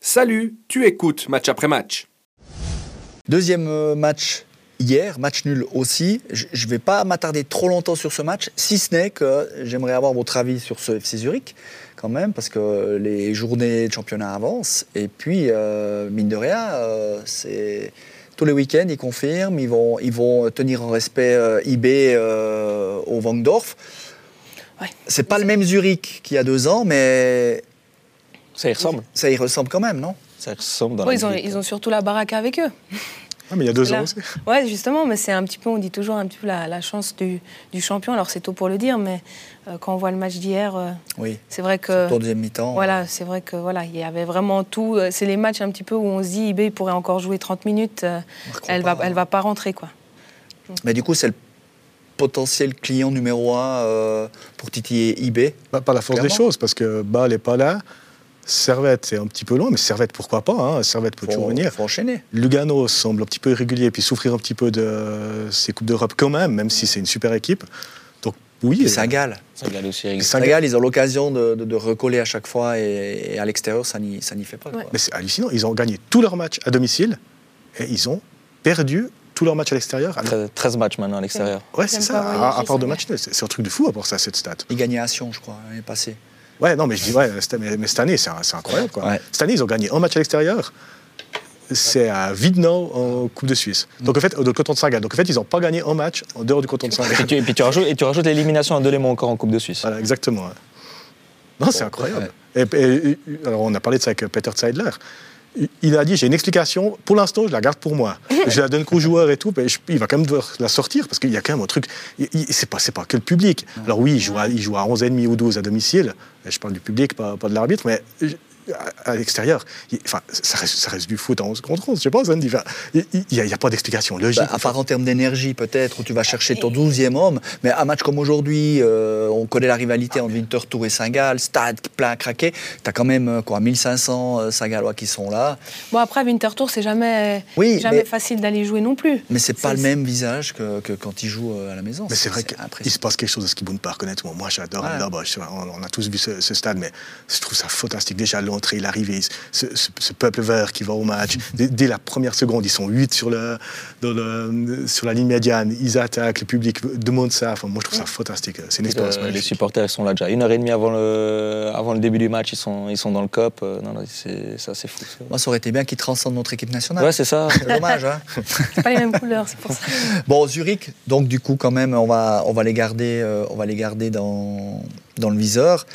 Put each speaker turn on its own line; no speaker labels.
Salut, tu écoutes match après match.
Deuxième euh, match hier, match nul aussi. Je ne vais pas m'attarder trop longtemps sur ce match, si ce n'est que j'aimerais avoir votre avis sur ce FC Zurich quand même, parce que les journées de championnat avancent. Et puis, euh, mine de rien, euh, c'est... Tous les week-ends, ils confirment, ils vont, ils vont tenir en respect euh, IB au Wangdorf.
Ouais.
C'est pas le même Zurich qu'il y a deux ans, mais
Ça y ressemble.
ça y ressemble quand même, non
Ça ressemble dans
Ouais,
la
ils, ont,
vie.
ils ont surtout la baraque avec eux.
Ah, mais il y a deux
Là.
ans aussi.
Ouais, justement, mais c'est un petit peu, on dit toujours un petit peu la, la chance du, du champion. Alors c'est tôt pour le dire, mais euh, quand on voit le match d'hier, euh,
Oui.
c'est vrai
Surtout
que
en deuxième mi-temps.
voilà, c'est vrai que voilà, il y avait vraiment tout. Euh, C'est les matchs un petit peu où on se dit, IB pourrait encore jouer 30 minutes, euh,
on marque
elle
pas,
va,
hein.
elle va pas rentrer quoi.
Mais du coup, c'est le potentiel client numéro un euh, pour titiller eBay.
Bah, par la force
Clairement.
des choses, parce que Bâle n'est pas là. Servette, c'est un petit peu long, mais Servette, pourquoi pas hein, Servette peut
Faut,
toujours venir.
faut enchaîner.
Lugano semble un petit peu irrégulier, puis souffrir un petit peu de ces Coupes d'Europe quand même, même si c'est une super équipe. Donc oui, euh,
Et Saint-Gall.
Ça regarde aussi avec-
Saint-Gall.
Saint-Gall, ils ont l'occasion de, de- de recoller à chaque fois et, et à l'extérieur, ça n'y ça n'y fait pas.
Ouais.
quoi.
Mais c'est hallucinant. Ils ont gagné tous leurs matchs à domicile et ils ont perdu tous leurs matchs à l'extérieur. Alors,
13, 13 matchs maintenant à l'extérieur.
Ouais, c'est
J'aime
ça,
pas
à,
voyager,
à part
ça,
de
ouais.
matchs nuls. C'est c'est un truc de fou à part ça, cette stat.
Ils gagnaient à Sion, je crois, l'année
Bah,
passée.
Ouais, non, mais je dis, ouais, c'était- mais, mais cette année, c'est c'est incroyable. Quoi.
Ouais.
Cette année, ils ont gagné un match à l'extérieur. C'est à Vidnau en Coupe de Suisse. Donc, en fait, au- dans le canton de Saint-Gall. Donc, en fait, ils n'ont pas gagné un match en dehors du canton de
Et
Saint-Gall.
tu, et puis tu rajoutes, et tu rajoutes l'élimination à Delémont encore en Coupe de Suisse.
voilà, exactement. ouais. Non, c'est incroyable. Et- et- et- alors, on a parlé de ça avec Peter Zeidler. Il- Il a dit j'ai une explication, pour l'instant, je la garde pour moi. je la donne qu'aux joueurs et tout, mais je- il va quand même devoir la sortir parce qu'il y a quand même un truc. il- il- C'est pas, c'est pas que le public. Alors, oui, il joue, à, il joue à 11,5 ou 12 à domicile. Et Je parle du public, pas, pas de l'arbitre, mais. je- à- À l'extérieur, il- enfin, ça reste, ça reste du foot en 11 contre 11, je sais pas, Andy. Enfin, il n'y a, il y a pas d'explication logique.
Bah, à part en termes d'énergie, peut-être, où tu vas chercher ton 12e homme. Mais un match comme aujourd'hui, euh, on connaît la
Ah.
rivalité entre Winterthur et Saint-Gall, stade plein à craquer. Tu as quand même euh, quoi, 1500 euh, Saint-Gallois qui sont là.
Bon après Winterthur, c'est jamais,
Oui,
jamais
mais-
facile d'aller jouer non plus.
Mais c'est pas
C'est-
le même visage que, que quand ils jouent euh, à la maison.
Mais c'est vrai qu'il se
impressionnant.
passe quelque chose de Skiboun Park, honnêtement. Moi, j'adore
Ouais.
aller là-bas. Je- On, on a tous vu ce, ce stade, mais je trouve ça fantastique. Déjà, l'entrée, l'arrivée, ce, ce- ce peuple vert qui va au match. Dès, dès la première seconde, ils sont 8 sur, le, dans le- sur la ligne médiane. Ils attaquent, le public demande ça. Enfin, moi, je trouve ça fantastique. C'est une
Puis,
expérience
euh, les
magnifique.
supporters ils sont là déjà. Une heure et demie avant le, avant le début du match, ils sont, ils sont dans le COP. Euh, non, non, c'est ça, c'est fou. ça.
Moi, ça aurait été bien qu'ils transcendent notre équipe nationale.
Ouais, c'est ça.
C'est dommage, hein
C'est pas les mêmes couleurs, c'est pour ça.
Bon, Zurich, donc du coup, quand même, on va, on va les garder, euh, on va les garder dans, dans le viseur.